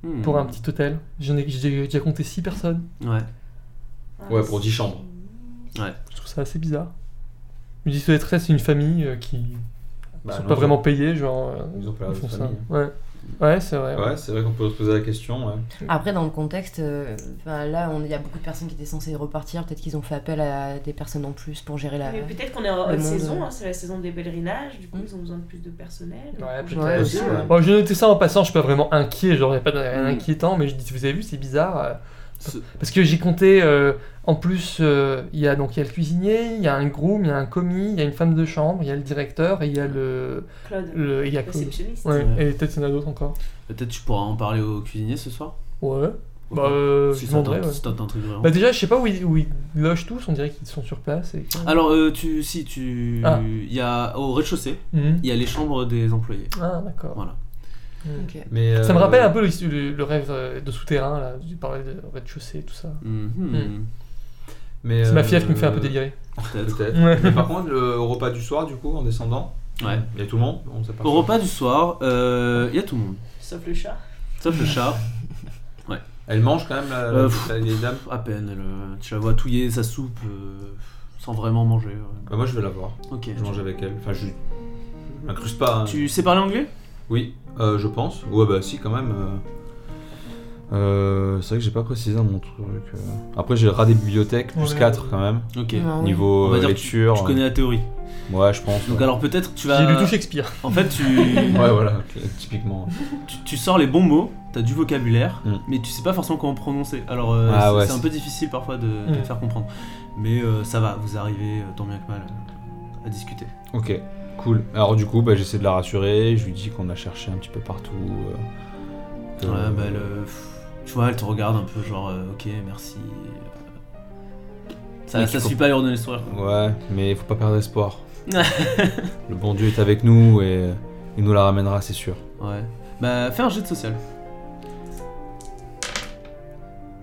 Speaker 1: Hmm.
Speaker 3: Mhm.
Speaker 2: pour un petit hôtel. J'en ai, j'ai déjà compté 6 personnes.
Speaker 1: Ouais. Bah,
Speaker 3: Ouais, pour 10 chambres.
Speaker 2: Je trouve ça assez bizarre. Je me dis, peut-être que c'est une famille euh, qui
Speaker 3: Bah,
Speaker 2: sont
Speaker 3: non,
Speaker 2: pas
Speaker 3: ils-
Speaker 2: vraiment payées, genre. euh,
Speaker 3: Ils ont pas
Speaker 2: ils
Speaker 3: la
Speaker 2: font ça.
Speaker 3: famille.
Speaker 2: Ouais, ouais c'est vrai.
Speaker 3: Ouais, c'est vrai qu'on peut se poser la question. Ouais.
Speaker 5: Après, dans le contexte, euh, enfin, là, on- il y a beaucoup de personnes qui étaient censées repartir. Peut-être qu'ils ont fait appel à des personnes en plus pour gérer la.
Speaker 4: Mais peut-être qu'on est en
Speaker 5: Le
Speaker 4: haute
Speaker 5: monde,
Speaker 4: saison,
Speaker 5: euh.
Speaker 4: hein, c'est la saison des pèlerinages, du coup ils ont besoin de plus de personnel.
Speaker 2: Ouais,
Speaker 4: Donc,
Speaker 2: peut-être
Speaker 5: Ouais,
Speaker 3: aussi, ouais.
Speaker 2: Bon, j'ai noté ça en passant, je suis pas vraiment inquiet, genre, il n'y a pas de rien
Speaker 1: Mm.
Speaker 2: d'inquiétant, mais je dis, vous avez vu, c'est bizarre. euh,
Speaker 1: Ce-
Speaker 2: Parce que j'ai compté, euh, en plus, euh, il y a donc il y a le cuisinier, il y a un groom, il y a un commis, il y a une femme de chambre, il y a le directeur et il y a le.
Speaker 4: Claude,
Speaker 2: le il y a Claude.
Speaker 4: réceptionniste.
Speaker 2: Mm. Ouais,
Speaker 1: Ouais.
Speaker 2: et peut-être il y en a d'autres encore.
Speaker 1: Peut-être tu pourras en parler au cuisinier ce soir
Speaker 2: Ouais. Bah, euh,
Speaker 1: si
Speaker 2: je
Speaker 1: ça
Speaker 2: demanderai,
Speaker 1: t'int-
Speaker 2: ouais.
Speaker 1: si t'as un truc vraiment.
Speaker 2: Bah, déjà, je sais pas où ils, où ils logent tous, on dirait qu'ils sont sur place. Et...
Speaker 1: Alors, euh, tu, si tu,
Speaker 2: Ah.
Speaker 1: il y a au rez-de-chaussée,
Speaker 2: Mhm.
Speaker 1: il y a les chambres des employés.
Speaker 2: Ah, d'accord.
Speaker 1: Voilà.
Speaker 2: Mm.
Speaker 5: Ok.
Speaker 3: Mais,
Speaker 2: Ça me
Speaker 3: euh,
Speaker 2: rappelle un peu le, le- le rêve euh, de souterrain, là, tu parlais de rez-de-chaussée et tout ça.
Speaker 1: Mhm.
Speaker 3: mais,
Speaker 2: C'est ma fièvre qui me
Speaker 3: euh,
Speaker 2: fait un peu délirer.
Speaker 1: Peut-être.
Speaker 3: Peut-être.
Speaker 2: Ouais.
Speaker 3: Mais par contre, le au repas du soir, du coup, en descendant,
Speaker 1: Ouais.
Speaker 3: il y a tout le monde. On sait pas
Speaker 1: Au repas du soir, euh, il y a tout le monde,
Speaker 4: Sauf le chat.
Speaker 1: sauf le chat.
Speaker 3: Elle mange quand même la,
Speaker 1: Euh,
Speaker 3: la-
Speaker 1: pff.
Speaker 3: la- les dames.
Speaker 1: À peine, elle, euh, tu la vois touiller sa soupe euh, sans vraiment manger. ouais.
Speaker 3: Bah, moi, je vais la voir.
Speaker 1: Ok.
Speaker 3: Je mange avec elle. Enfin, je, je m'incruste pas. hein.
Speaker 1: Tu sais parler anglais
Speaker 3: Oui, euh, je pense. Ouais, bah si, quand même. euh. Euh, c'est vrai que j'ai pas précisé dans mon truc. euh. Après, j'ai le rat des bibliothèques, plus
Speaker 2: Ouais.
Speaker 3: 4 quand même.
Speaker 1: Ok.
Speaker 5: Non, ouais.
Speaker 3: Niveau
Speaker 1: On va
Speaker 3: euh,
Speaker 1: dire que
Speaker 3: lecture.
Speaker 1: Tu connais la théorie.
Speaker 3: euh, Ouais, je pense.
Speaker 1: Donc
Speaker 3: ouais.
Speaker 1: alors peut-être tu vas.
Speaker 2: J'ai lu tout Shakespeare.
Speaker 1: En fait, tu,
Speaker 3: Ouais, voilà, typiquement.
Speaker 1: tu, tu sors les bons mots, t'as du vocabulaire,
Speaker 3: Mm.
Speaker 1: mais tu sais pas forcément comment prononcer. Alors euh,
Speaker 3: Ah
Speaker 1: c'est
Speaker 3: ouais,
Speaker 1: c'est un
Speaker 3: c'est-
Speaker 1: peu difficile parfois de, de
Speaker 2: Mm.
Speaker 1: faire comprendre. Mais euh, ça va, vous arrivez euh, tant bien que mal euh, à discuter.
Speaker 3: Ok, cool. Alors du coup, bah, j'essaie de la rassurer, je lui dis qu'on a cherché un petit peu partout. euh, que-
Speaker 1: Ouais, bah, le- pff, tu vois, elle te regarde un peu genre euh, ok merci. euh, Ça,
Speaker 3: Oui,
Speaker 1: ça
Speaker 3: tu
Speaker 1: suit pas l'heure de l'histoire.
Speaker 3: Ouais, mais faut pas perdre espoir. le bon Dieu est avec nous et il nous la ramènera, c'est sûr.
Speaker 1: Ouais. Bah fais un jet de social.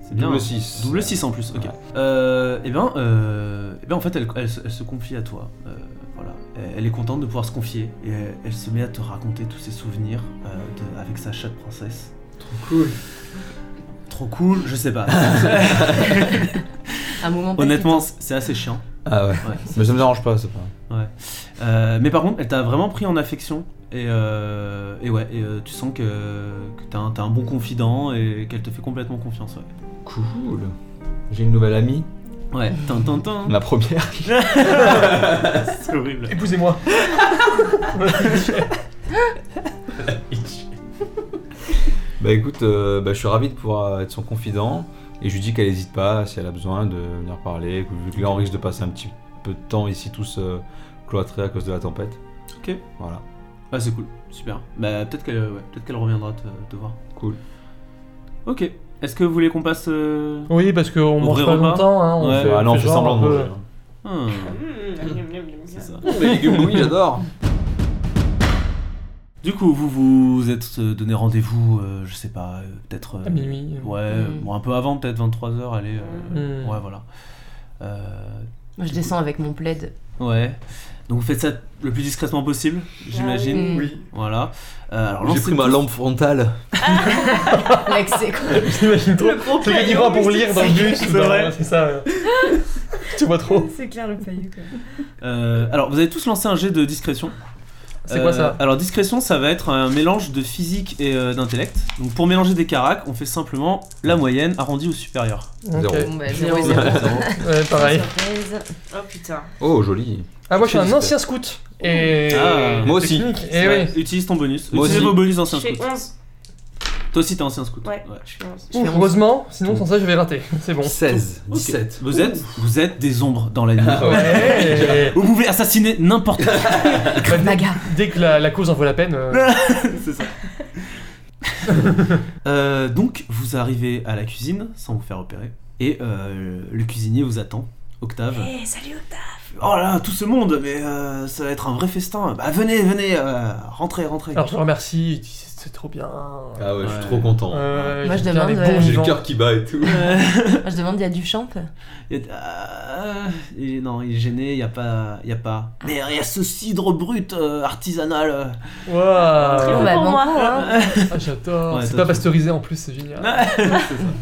Speaker 1: C'est bien.
Speaker 3: Double
Speaker 1: hein.
Speaker 3: 6.
Speaker 1: Double 6 en plus, ok.
Speaker 3: Ouais.
Speaker 1: Euh, eh bien, euh, eh bien, en fait, elle, elle se- elle se confie à toi. Euh, voilà. Elle- Elle est contente de pouvoir se confier et elle, elle se met à te raconter tous ses souvenirs euh, de- avec sa chatte princesse.
Speaker 3: Cool.
Speaker 1: Trop cool, je sais pas.
Speaker 5: Un moment pas
Speaker 1: Honnêtement, c'est assez chiant.
Speaker 3: Ah ouais.
Speaker 1: Ouais.
Speaker 3: Mais ça me dérange pas, c'est pas.
Speaker 1: Euh, mais par contre, elle t'a vraiment pris en affection. Et, euh, et ouais, et, euh, tu sens que, que t'as un, t'as un bon confident et qu'elle te fait complètement confiance. Ouais,
Speaker 3: Cool. J'ai une nouvelle amie,
Speaker 1: ouais. tin, tin, tin.
Speaker 3: la première.
Speaker 1: c'est horrible.
Speaker 2: Épousez-moi.
Speaker 3: bah écoute, euh, bah, je suis ravi de pouvoir être son confident et je lui dis qu'elle n'hésite pas si elle a besoin de venir parler, que- vu que là on risque de passer un petit peu de temps ici tous euh, cloîtrés à cause de la tempête.
Speaker 1: Ok.
Speaker 3: Voilà.
Speaker 1: Ah, c'est cool, super. Bah, peut-être qu'elle ouais, peut-être qu'elle reviendra te, te voir.
Speaker 3: Cool.
Speaker 1: Ok. Est-ce que vous voulez qu'on passe. euh,
Speaker 2: Oui, parce qu'on mange
Speaker 1: vrai
Speaker 2: pas
Speaker 1: repas
Speaker 2: longtemps. Hein, on
Speaker 1: Ouais.
Speaker 2: fait,
Speaker 3: ah non, on fait
Speaker 2: genre euh,
Speaker 3: semblant
Speaker 2: un
Speaker 3: de
Speaker 2: peu-
Speaker 3: manger. hein.
Speaker 1: hmm,
Speaker 4: Mm,
Speaker 1: c'est
Speaker 4: C'est
Speaker 1: ça.
Speaker 3: Les légumes bouillis, j'adore.
Speaker 1: Du coup, vous vous êtes euh, donné rendez-vous, euh, je sais pas, euh, peut-être. euh,
Speaker 2: À minuit.
Speaker 1: Ouais, euh, bon, un peu avant, peut-être 23h, allez. euh,
Speaker 2: Mm.
Speaker 1: Ouais, voilà. Euh,
Speaker 5: Moi, je descends avec mon plaid.
Speaker 1: ouais. Donc, vous faites ça le plus discrètement possible, j'imagine.
Speaker 5: oui.
Speaker 1: Voilà. Euh, alors,
Speaker 3: J'ai
Speaker 1: lancez
Speaker 3: pris ma
Speaker 1: tous-
Speaker 3: lampe frontale.
Speaker 5: L'accès, quoi.
Speaker 2: J'imagine trop.
Speaker 4: Le gros
Speaker 2: C'est le qui
Speaker 4: caillou,
Speaker 2: va pour
Speaker 4: oui,
Speaker 2: lire
Speaker 4: c'est
Speaker 2: dans le
Speaker 4: clair.
Speaker 2: bus.
Speaker 1: C'est vrai.
Speaker 2: bah, C'est ça. euh. Tu vois trop.
Speaker 4: C'est clair le paillou quoi.
Speaker 1: Euh, alors, vous avez tous lancé un jet de discrétion.
Speaker 2: C'est quoi
Speaker 1: Euh,
Speaker 2: ça
Speaker 1: Alors discrétion, ça va être un mélange de physique et euh, d'intellect. Donc pour mélanger des caracs, on fait simplement la moyenne arrondie au supérieur.
Speaker 2: Ok.
Speaker 3: zéro.
Speaker 5: Bon, bah,
Speaker 2: Je
Speaker 5: zéro,
Speaker 2: vais-
Speaker 5: zéro.
Speaker 2: Ouais, pareil.
Speaker 5: Surprise.
Speaker 4: Oh putain.
Speaker 3: Oh, joli.
Speaker 2: Ah, moi je suis un
Speaker 3: Félicitations.
Speaker 2: ancien scout. Et.
Speaker 1: Ah.
Speaker 3: Moi aussi.
Speaker 2: Technique,
Speaker 1: C'est
Speaker 2: Et
Speaker 1: vrai.
Speaker 2: Eh oui.
Speaker 1: Utilise ton bonus.
Speaker 3: Moi
Speaker 1: Utilisez
Speaker 3: aussi.
Speaker 1: vos bonus d'ancien
Speaker 4: Je
Speaker 1: scout.
Speaker 4: fais 11.
Speaker 1: Toi aussi t'es ancien scout.
Speaker 4: Ouais, je fais 11.
Speaker 2: Ouf, heureusement, sinon sans ça je vais rater. C'est bon.
Speaker 3: 16,
Speaker 1: Ok.
Speaker 3: 17.
Speaker 1: Vous êtes, vous êtes des ombres dans la nuit.
Speaker 3: Ah,
Speaker 2: Ah Ouais.
Speaker 1: Vous pouvez assassiner n'importe qui.
Speaker 2: Bah, dès,
Speaker 5: Maga.
Speaker 2: dès que la, la cause en vaut la peine. euh,
Speaker 1: C'est ça. Euh, donc vous arrivez à la cuisine sans vous faire repérer et euh, le cuisinier vous attend. Octave.
Speaker 4: Eh, salut Octave.
Speaker 1: Oh là, là, tout ce monde, mais euh, ça va être un vrai festin. Bah venez, venez, euh, rentrez, rentrez.
Speaker 2: Alors je te remercie, il dit, c'est c'est trop bien.
Speaker 3: Ah ouais, je suis
Speaker 1: Ouais.
Speaker 3: trop content.
Speaker 2: Euh,
Speaker 5: Moi,
Speaker 2: j'aime
Speaker 5: je
Speaker 2: bien
Speaker 5: demande,
Speaker 2: les bons
Speaker 5: euh,
Speaker 3: J'ai le
Speaker 2: vivants.
Speaker 3: cœur qui bat et tout.
Speaker 1: Euh,
Speaker 5: Moi, je demande, il y a du champ
Speaker 1: Il est- ah, il est- non, il est gêné, il y a pas, il y a pas. Mais il y a ce cidre brut euh, artisanal. euh.
Speaker 5: Bon,
Speaker 2: Waouh
Speaker 5: bah,
Speaker 4: pour
Speaker 5: bon
Speaker 4: moi.
Speaker 5: coup, hein.
Speaker 2: Ah, J'adore.
Speaker 1: Ouais,
Speaker 2: c'est
Speaker 1: toi,
Speaker 2: pas
Speaker 1: tu-
Speaker 2: pasteurisé en plus, c'est génial.
Speaker 1: Euh,
Speaker 2: Tu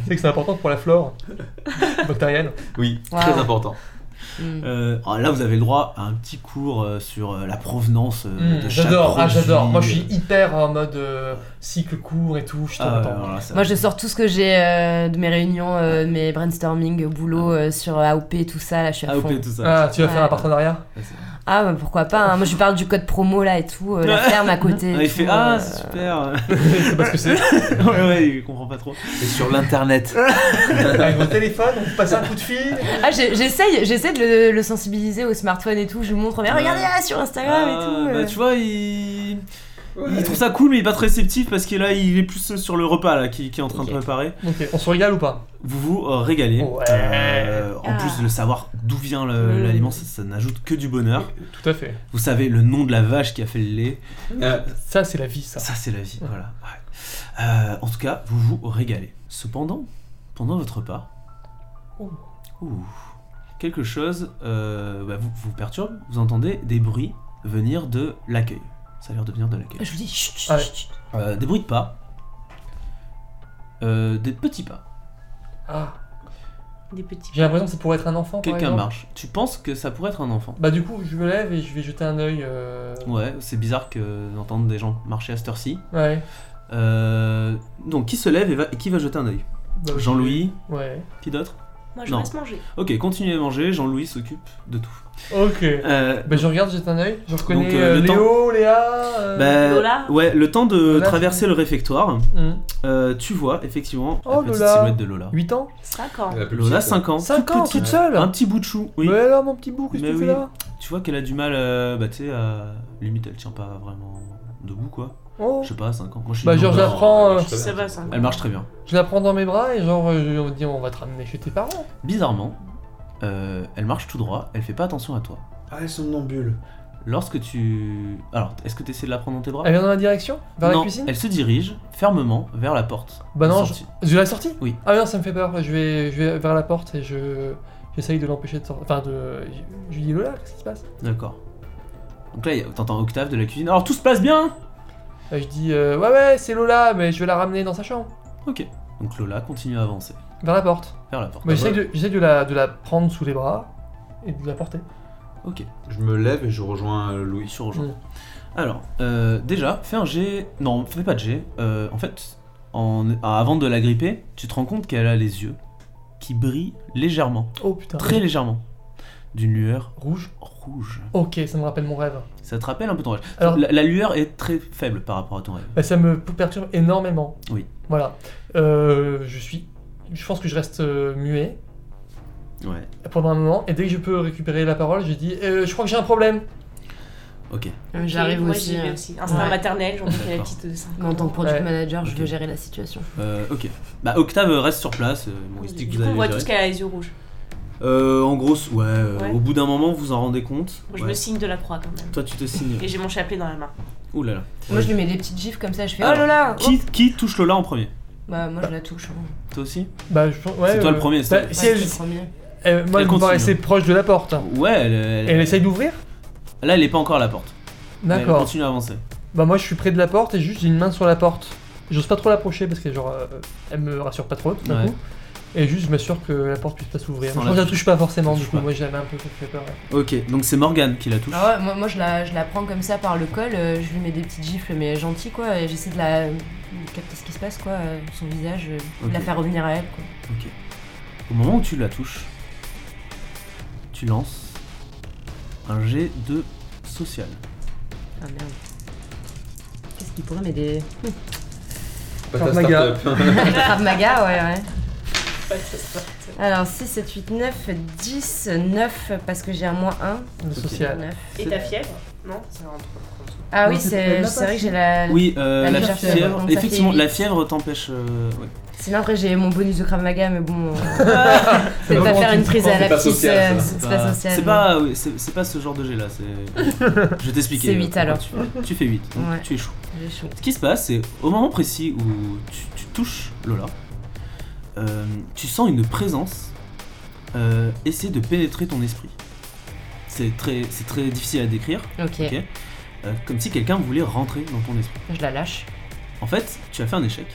Speaker 2: sais que c'est important pour la flore bactérienne.
Speaker 3: Oui,
Speaker 5: Wow.
Speaker 3: très important.
Speaker 5: Mm.
Speaker 1: Euh, alors là, vous avez le droit à un petit cours euh, sur euh, la provenance euh,
Speaker 2: Mm,
Speaker 1: de chaque
Speaker 2: j'adore, ah,
Speaker 1: produit.
Speaker 2: j'adore. Moi je suis hyper en mode euh, cycle court et tout, je suis trop
Speaker 1: Ah,
Speaker 2: content.
Speaker 1: voilà, ça-
Speaker 5: Moi, je sors tout ce que j'ai euh, de mes réunions, euh, de mes brainstorming au boulot euh, sur AOP, tout ça. Là, je suis à
Speaker 1: Ah,
Speaker 5: fond.
Speaker 1: ok, tout ça.
Speaker 2: Ah, tu vas faire
Speaker 5: Ouais.
Speaker 2: un partenariat
Speaker 5: Ah, bah, pourquoi pas. hein. Moi, je lui parle du code promo là et tout, euh, la ferme à côté. et
Speaker 1: Ah, il
Speaker 5: tout,
Speaker 1: fait ah
Speaker 5: euh,
Speaker 1: c'est super.
Speaker 2: C'est parce que c'est.
Speaker 1: ouais, ouais, il comprend pas trop.
Speaker 3: Et sur l'internet.
Speaker 2: Avec votre téléphone, vous passez un coup de fil.
Speaker 5: Ah, j'ai- j'essaye, j'essaie de le, le sensibiliser au smartphone et tout. Je lui montre, mais
Speaker 1: Ouais.
Speaker 5: regardez là sur Instagram et
Speaker 1: Ah,
Speaker 5: tout. euh.
Speaker 1: bah, tu vois, il... il trouve ça cool, mais il est pas très réceptif parce que là, il est plus euh, sur le repas là qui, qui est en train de
Speaker 5: Ok.
Speaker 1: préparer.
Speaker 2: Ok, on se régale ou pas
Speaker 1: vous vous euh, régalez.
Speaker 2: Ouais.
Speaker 1: Euh, en
Speaker 4: Ah.
Speaker 1: plus de savoir d'où vient le-
Speaker 4: Mm.
Speaker 1: l'aliment, ça, ça n'ajoute que du bonheur.
Speaker 2: Tout à fait.
Speaker 1: Vous savez le nom de la vache qui a fait le lait.
Speaker 3: Euh,
Speaker 2: Ça, c'est la vie, ça.
Speaker 1: Ça, c'est la vie. Voilà. ouais. Euh, en tout cas, vous vous régalez. Cependant, pendant votre repas,
Speaker 2: Ouh.
Speaker 1: Ouh. quelque chose euh, bah, vous, vous perturbe. Vous entendez des bruits venir de l'accueil. Ça a l'air de venir de l'accueil.
Speaker 5: Je lui dis, chut, chut,
Speaker 2: Ah ouais.
Speaker 5: chut, chut.
Speaker 1: Euh, des bruits de pas. Euh, des petits pas.
Speaker 2: Ah,
Speaker 4: Des petits.
Speaker 2: j'ai l'impression que ça pourrait être un enfant. par
Speaker 1: Quelqu'un
Speaker 2: exemple.
Speaker 1: marche. Tu penses que ça pourrait être un enfant
Speaker 2: Bah, du coup, je me lève et je vais jeter un œil. euh,
Speaker 1: Ouais, c'est bizarre que d'entendre des gens marcher à cette heure-ci.
Speaker 2: Ouais.
Speaker 1: Euh, Donc, qui se lève et va- qui va jeter un œil
Speaker 2: Bah, oui.
Speaker 1: Jean-Louis,
Speaker 2: Ouais.
Speaker 1: qui d'autre
Speaker 4: Moi, je
Speaker 1: Non.
Speaker 4: reste manger.
Speaker 1: Ok, continuez à manger, Jean-Louis s'occupe de tout.
Speaker 2: Ok.
Speaker 1: Euh,
Speaker 2: Bah, je regarde, jette un œil. Je reconnais
Speaker 1: euh,
Speaker 2: euh,
Speaker 1: le
Speaker 2: Léo, Léa. euh,
Speaker 1: bah,
Speaker 4: Lola
Speaker 1: ouais, le temps de
Speaker 2: Lola,
Speaker 1: traverser le réfectoire,
Speaker 2: hum.
Speaker 1: euh, tu vois effectivement
Speaker 2: Oh,
Speaker 1: la petite
Speaker 2: Lola.
Speaker 1: silhouette de Lola.
Speaker 2: 8 ans
Speaker 4: Cinq ans.
Speaker 3: La plus
Speaker 1: Lola,
Speaker 3: petite,
Speaker 1: 5 ans.
Speaker 2: 5
Speaker 1: toute
Speaker 2: ans,
Speaker 1: petite.
Speaker 2: toute seule
Speaker 1: Un petit bout de chou, oui.
Speaker 2: Mais alors, mon petit bouc, qu'est-ce que
Speaker 1: Mais
Speaker 2: tu
Speaker 1: oui.
Speaker 2: fais là
Speaker 1: Tu vois qu'elle a du mal, euh, bah tu sais, à... limite elle tient pas vraiment debout quoi.
Speaker 2: Oh.
Speaker 1: Je sais pas, 5 ans. Moi, je suis
Speaker 2: Bah,
Speaker 1: une
Speaker 2: Georges
Speaker 1: grande-
Speaker 2: apprend. euh,
Speaker 4: Ça va, cinq
Speaker 1: Elle marche très bien.
Speaker 2: Je la prends dans mes bras et genre, euh, je lui dis, on va te ramener chez tes parents.
Speaker 1: Bizarrement, euh, elle marche tout droit, elle fait pas attention à toi.
Speaker 3: Ah, elles sont somnambule.
Speaker 1: Lorsque tu... Alors, est-ce que tu essaies de la prendre dans tes bras
Speaker 2: Elle vient dans ma direction Vers
Speaker 1: Non,
Speaker 2: la cuisine
Speaker 1: elle se dirige fermement vers la porte.
Speaker 2: Bah
Speaker 1: de
Speaker 2: non,
Speaker 1: sortie.
Speaker 2: Je la sortie
Speaker 1: Oui.
Speaker 2: Ah non, ça me fait peur. Je vais, je vais vers la porte et je. J'essaye de l'empêcher de sortir. Enfin, de. Je lui dis Lola, qu'est-ce qui se passe
Speaker 1: D'accord. Donc là, il y a- t'entends Octave de la cuisine. Alors tout se passe bien
Speaker 2: Euh, Je dis euh, Ouais, ouais, c'est Lola, mais je vais la ramener dans sa chambre.
Speaker 1: Ok. Donc Lola continue à avancer
Speaker 2: Vers la porte.
Speaker 1: vers la porte.
Speaker 2: Mais j'essaye de, j'essaye de, la, de la prendre sous les bras et de la porter.
Speaker 1: Ok.
Speaker 3: Je me lève et je rejoins euh,
Speaker 1: Oui,
Speaker 3: Louis.
Speaker 1: sur rejoins.
Speaker 2: Mm.
Speaker 1: Alors, euh, déjà, fais un jet. Non, fais pas de jet. Euh, en fait, en... ah, avant de la gripper, tu te rends compte qu'elle a les yeux qui brillent légèrement,
Speaker 2: Oh putain.
Speaker 1: très légèrement, d'une lueur
Speaker 2: Rouge
Speaker 1: rouge.
Speaker 2: Ok, ça me rappelle mon rêve.
Speaker 1: Ça te rappelle un peu ton rêve.
Speaker 2: Alors-
Speaker 1: La, la lueur est très faible par rapport à ton rêve.
Speaker 2: Bah, ça me perturbe énormément.
Speaker 1: Oui.
Speaker 2: Voilà. Euh, je suis. Je pense que je reste euh, muet
Speaker 1: Ouais.
Speaker 2: pendant un moment et dès que je peux récupérer la parole, je dis Euh, Je crois que j'ai un problème.
Speaker 1: Ok.
Speaker 5: J'arrive
Speaker 4: Moi,
Speaker 5: aussi.
Speaker 4: j'y vais
Speaker 5: euh,
Speaker 4: aussi. Instinct
Speaker 5: Ouais.
Speaker 4: maternel, j'entends qu'elle est
Speaker 1: D'accord.
Speaker 4: petite de 5 ans.
Speaker 5: En tant que product
Speaker 2: Ouais.
Speaker 5: manager, je veux
Speaker 1: Ok.
Speaker 5: gérer la situation.
Speaker 1: Euh, ok. Bah Octave reste sur place. euh, bon, il se dit
Speaker 4: Du
Speaker 1: que
Speaker 4: coup,
Speaker 1: vous avez
Speaker 4: on voit
Speaker 1: géré.
Speaker 4: tous qu'elle a les yeux rouges.
Speaker 1: Euh, en gros, ouais, euh,
Speaker 4: Ouais.
Speaker 1: Au bout d'un moment, vous en rendez compte.
Speaker 4: Moi, je
Speaker 1: Ouais.
Speaker 4: me signe de la croix quand même.
Speaker 1: Toi, tu te
Speaker 4: Et
Speaker 1: signes.
Speaker 4: j'ai mon chapelet dans la main.
Speaker 1: Ouh là là.
Speaker 5: Moi, je lui mets des petites gifs comme ça, je fais
Speaker 1: Alors,
Speaker 5: Oh Lola oh.
Speaker 1: Ah. Qui, qui touche Lola en premier
Speaker 5: Bah, moi, je la touche. hein.
Speaker 1: Toi aussi
Speaker 2: Bah, je pense- ouais,
Speaker 1: C'est toi le
Speaker 2: euh,
Speaker 1: premier,
Speaker 2: bah,
Speaker 1: c'est-
Speaker 2: si
Speaker 5: Ouais,
Speaker 2: elle-
Speaker 5: c'est le premier.
Speaker 2: euh, moi,
Speaker 1: Elle
Speaker 2: elle me
Speaker 1: continue.
Speaker 2: paraissait proche de la porte.
Speaker 1: Ouais, elle, elle-
Speaker 2: Et elle essaye d'ouvrir
Speaker 1: là, elle est pas encore à la porte. Mais Elle
Speaker 2: D'accord.
Speaker 1: continue à avancer.
Speaker 2: Bah, moi, je suis près de la porte et juste j'ai une main sur la porte. J'ose pas trop l'approcher parce que, genre, euh, elle me rassure pas trop tout d'un
Speaker 1: Ouais.
Speaker 2: coup. Et juste, je m'assure que la porte puisse pas s'ouvrir.
Speaker 1: Sans
Speaker 2: Je
Speaker 1: la
Speaker 2: crois que je la
Speaker 1: touche.
Speaker 2: touche pas forcément,
Speaker 1: Touche
Speaker 2: du coup.
Speaker 1: pas.
Speaker 2: Moi, j'avais un peu fait peur. ouais.
Speaker 1: Ok, donc c'est Morgane qui la touche.
Speaker 5: Ah ouais, moi, moi je, la, je la prends comme ça par le col, euh, je lui mets des petites gifles, mais gentilles quoi, et j'essaie de la. de capter ce qui se passe quoi, euh, son visage, euh,
Speaker 1: Ok.
Speaker 5: de la faire revenir à elle quoi.
Speaker 1: Ok. Au moment où tu la touches, tu lances un jet de social.
Speaker 5: Ah merde. Qu'est-ce qu'il pourrait m'aider
Speaker 3: Pas
Speaker 2: Forme
Speaker 3: ta
Speaker 2: la
Speaker 3: start-up.
Speaker 5: Krav Maga, ouais, ouais. Alors 6, 7, 8, 9, 10, 9 parce que j'ai un moins 1.
Speaker 2: Le social.
Speaker 5: 9.
Speaker 4: Et ta fièvre Non C'est un truc.
Speaker 5: Ah oui,
Speaker 2: Non, c'est-
Speaker 5: c'est
Speaker 2: elle l'a
Speaker 5: c'est
Speaker 2: pas
Speaker 5: vrai que
Speaker 2: fait.
Speaker 5: j'ai la.
Speaker 1: Oui, euh,
Speaker 5: la
Speaker 1: la,
Speaker 5: fièvre,
Speaker 1: fièvre.
Speaker 5: donc ça fait
Speaker 1: Effectivement,
Speaker 5: huit.
Speaker 1: la fièvre t'empêche. euh, ouais.
Speaker 5: Sinon après j'ai mon bonus de Krav Maga, mais bon. euh,
Speaker 2: C'est
Speaker 5: C'est pas
Speaker 2: vraiment
Speaker 5: faire
Speaker 2: du
Speaker 5: une prise
Speaker 2: sport,
Speaker 5: à la
Speaker 3: c'est pas
Speaker 5: petite.
Speaker 3: social,
Speaker 5: euh,
Speaker 3: ça.
Speaker 5: C'est pas social.
Speaker 1: Bah, C'est
Speaker 5: non.
Speaker 1: pas, oui, c'est- c'est pas ce genre de jet là. C'est. Je vais t'expliquer.
Speaker 5: C'est
Speaker 1: euh,
Speaker 5: huit,
Speaker 1: pourquoi
Speaker 5: alors.
Speaker 1: Tu, fais- tu fais 8. Donc
Speaker 5: Ouais.
Speaker 1: tu échoues.
Speaker 5: J'ai chaud.
Speaker 1: Ce qui se passe, c'est au moment précis où tu, tu touches Lola, euh, tu sens une présence euh, essayer de pénétrer ton esprit. C'est très, c'est très difficile à décrire,
Speaker 5: ok,
Speaker 1: Ok. euh, comme si quelqu'un voulait rentrer dans ton esprit.
Speaker 5: je la lâche.
Speaker 1: En fait, tu as fait un échec,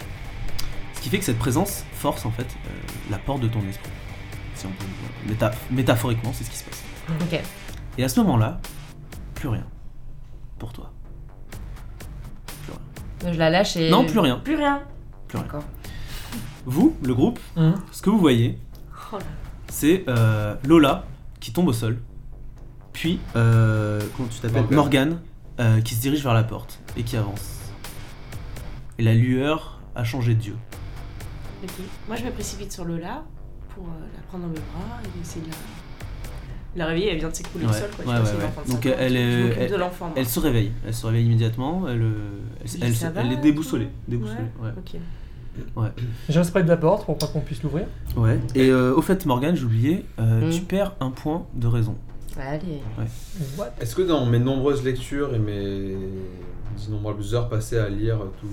Speaker 1: ce qui fait que cette présence force en fait euh, la porte de ton esprit. Si on peut, voilà. Méta- métaphoriquement, c'est ce qui se passe.
Speaker 5: Ok.
Speaker 1: Et à ce moment-là, plus rien pour toi.
Speaker 5: Je la lâche et.
Speaker 1: Non, plus rien.
Speaker 4: Plus rien.
Speaker 5: D'accord.
Speaker 1: Vous, le groupe,
Speaker 2: Hum.
Speaker 1: ce que vous voyez,
Speaker 4: Oh là.
Speaker 1: c'est euh, Lola qui tombe au sol, puis euh, comment tu t'appelles
Speaker 3: Morgane.
Speaker 1: Morgane euh, qui se dirige vers la porte et qui avance. Et la lueur a changé de dieu.
Speaker 4: Ok. Moi, je me précipite sur Lola pour euh, la prendre dans mes bras et essayer de la. La réveiller, elle vient de s'écrouler au
Speaker 1: Ouais.
Speaker 4: sol. Quoi.
Speaker 1: Ouais,
Speaker 4: je
Speaker 1: ouais,
Speaker 4: suis
Speaker 1: ouais.
Speaker 4: enfant de
Speaker 1: Donc,
Speaker 4: cinq ans,
Speaker 1: elle
Speaker 4: je
Speaker 1: est-
Speaker 4: m'occupe
Speaker 1: elle-
Speaker 4: de l'enfant. moi.
Speaker 1: Elle se réveille, elle se réveille immédiatement, elle, euh, elle,
Speaker 4: Je dis,
Speaker 1: elle-
Speaker 4: ça va, hein,
Speaker 1: elle est
Speaker 4: tout
Speaker 1: déboussolée.
Speaker 4: Ouais.
Speaker 1: déboussolée, ouais.
Speaker 4: Ok.
Speaker 2: Je reste près de la porte pour pas qu'on puisse l'ouvrir.
Speaker 1: Ouais. Et euh, au fait, Morgane, j'oubliais, euh,
Speaker 5: Hmm.
Speaker 1: tu perds un point de raison.
Speaker 5: Allez.
Speaker 2: What
Speaker 3: Est-ce que dans mes nombreuses lectures et mes innombrables heures passées à lire tout,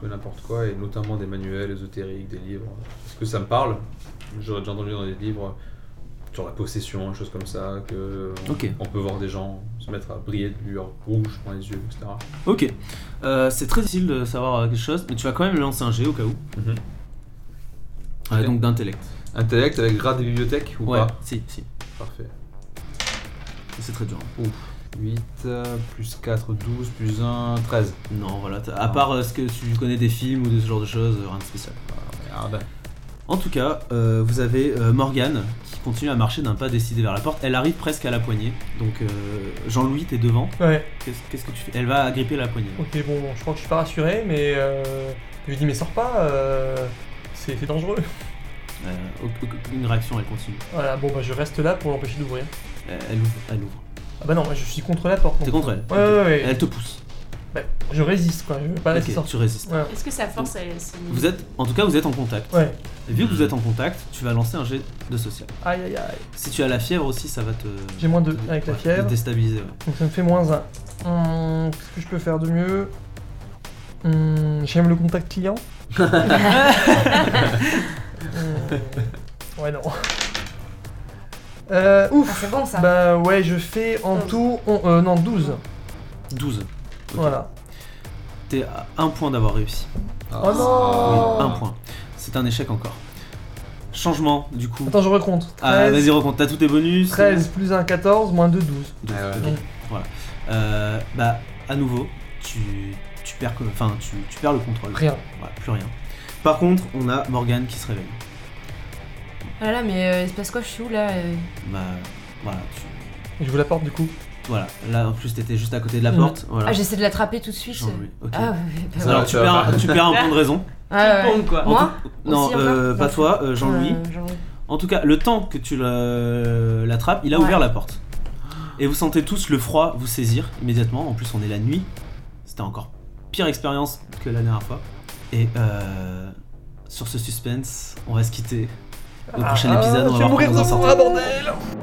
Speaker 3: tout et n'importe quoi, et notamment des manuels ésotériques, des livres, est-ce que ça me parle J'aurais déjà entendu dans des livres sur la possession, des choses comme ça, que on,
Speaker 1: Ok.
Speaker 3: on peut voir des gens se mettre à briller de lueur rouge dans les yeux, etc.
Speaker 1: Ok. Euh, c'est très difficile de savoir euh, quelque chose, mais tu vas quand même lancer un G au cas où.
Speaker 3: Mhm.
Speaker 1: Ouais,
Speaker 3: Ok.
Speaker 1: Euh, Donc d'intellect.
Speaker 3: Intellect avec grade des bibliothèques ou
Speaker 1: Ouais,
Speaker 3: pas
Speaker 1: si, si.
Speaker 3: Parfait.
Speaker 1: C'est très dur. hein.
Speaker 3: 8, plus 4, 12, plus 1, 13.
Speaker 1: Non, voilà. t'as- À
Speaker 3: Non.
Speaker 1: part euh, ce que tu connais des films ou de ce genre de choses, euh, rien de spécial.
Speaker 3: Merde.
Speaker 1: En tout cas, euh, vous avez euh, Morgane qui continue à marcher d'un pas décidé vers la porte. Elle arrive presque à la poignée. Donc, euh, Jean-Louis, t'es devant.
Speaker 2: Ouais,
Speaker 1: Qu'est-ce qu'est-ce que tu fais Elle va agripper la poignée.
Speaker 2: ok, bon, bon, je crois que je suis pas rassuré, mais euh, je lui dis, mais sors pas, euh, c'est c'est dangereux.
Speaker 1: Euh, au- au- une réaction, elle continue.
Speaker 2: Voilà, bon, bah je reste là pour l'empêcher d'ouvrir.
Speaker 1: Euh, Elle ouvre. Elle ouvre.
Speaker 2: Ah bah non, moi, je suis contre la porte. donc.
Speaker 1: T'es contre elle
Speaker 2: Ouais, ouais, ouais.
Speaker 1: Elle te pousse.
Speaker 2: Bah, je résiste, quoi, je vais pas
Speaker 1: Ok,
Speaker 2: laisser sortir.
Speaker 1: tu résistes.
Speaker 2: Ouais.
Speaker 4: Est-ce que sa force, elle c'est-
Speaker 1: Vous êtes, en tout cas, vous êtes en contact.
Speaker 2: ouais,
Speaker 1: Et vu que vous êtes en contact, tu vas lancer un jet de social.
Speaker 2: aïe aïe aïe.
Speaker 1: Si tu as la fièvre aussi, ça va te.
Speaker 2: J'ai moins deux
Speaker 1: te-
Speaker 2: avec la
Speaker 1: ouais, te
Speaker 2: fièvre.
Speaker 1: Déstabiliser. ouais.
Speaker 2: Donc ça me fait moins 1. Qu'est-ce que je peux faire de mieux Hum, J'aime le contact client. Hum, ouais, non. Euh,
Speaker 5: Ah,
Speaker 2: ouf
Speaker 5: c'est bon ça.
Speaker 2: Bah ouais, je fais en
Speaker 4: Onze.
Speaker 2: tout... on- euh, non, 12.
Speaker 1: 12. Ok.
Speaker 2: Voilà.
Speaker 1: T'es à un point d'avoir réussi.
Speaker 2: Oh non
Speaker 1: Ah, Oui, un point. C'est un échec encore. Changement, du coup.
Speaker 2: Attends, je recompte. 13,
Speaker 1: Ah, vas-y, recompte. T'as tous tes bonus.
Speaker 2: 13 plus 1, 14, moins 2, 12.
Speaker 1: Donc,
Speaker 3: Ah ouais.
Speaker 1: ok. Voilà. Euh, bah, à nouveau, tu, tu perds, que- enfin, tu, tu perds le contrôle.
Speaker 2: Rien.
Speaker 1: Voilà, plus rien. Par contre, on a Morgane qui se réveille.
Speaker 5: Ah là là, mais euh, il se passe quoi, je suis où là euh
Speaker 1: Bah, voilà. tu-
Speaker 2: Et je vous la porte du coup.
Speaker 1: voilà. Là, en plus, t'étais juste à côté de la
Speaker 2: Mhm.
Speaker 1: porte. Voilà.
Speaker 5: Ah, j'essaie de l'attraper tout de suite.
Speaker 1: Jean-Louis, ok.
Speaker 5: Ah, ouais, ouais, bah,
Speaker 3: Ça
Speaker 5: ouais.
Speaker 1: Alors,
Speaker 3: va,
Speaker 1: tu
Speaker 3: ça va.
Speaker 1: perds, tu perds un point de raison.
Speaker 5: Ah, ouais.
Speaker 4: Ping-pong, quoi.
Speaker 5: Moi
Speaker 1: En tout- Non,
Speaker 5: Aussi, encore
Speaker 1: euh, pas
Speaker 5: Non,
Speaker 1: toi, euh, Jean-Louis.
Speaker 5: Euh, Jean-Louis.
Speaker 1: En tout cas, le temps que tu le- l'attrapes, il a
Speaker 5: Ouais.
Speaker 1: ouvert la porte. Et vous sentez tous le froid vous saisir immédiatement. En plus, on est la nuit. C'était encore pire expérience que la dernière fois. Et euh, sur ce suspense, on va se quitter. Au prochain épisode, on va
Speaker 2: je
Speaker 5: Ah.
Speaker 1: voir
Speaker 2: vais Ah, mourir
Speaker 1: comment
Speaker 2: de
Speaker 1: on s'en
Speaker 2: froid, bordel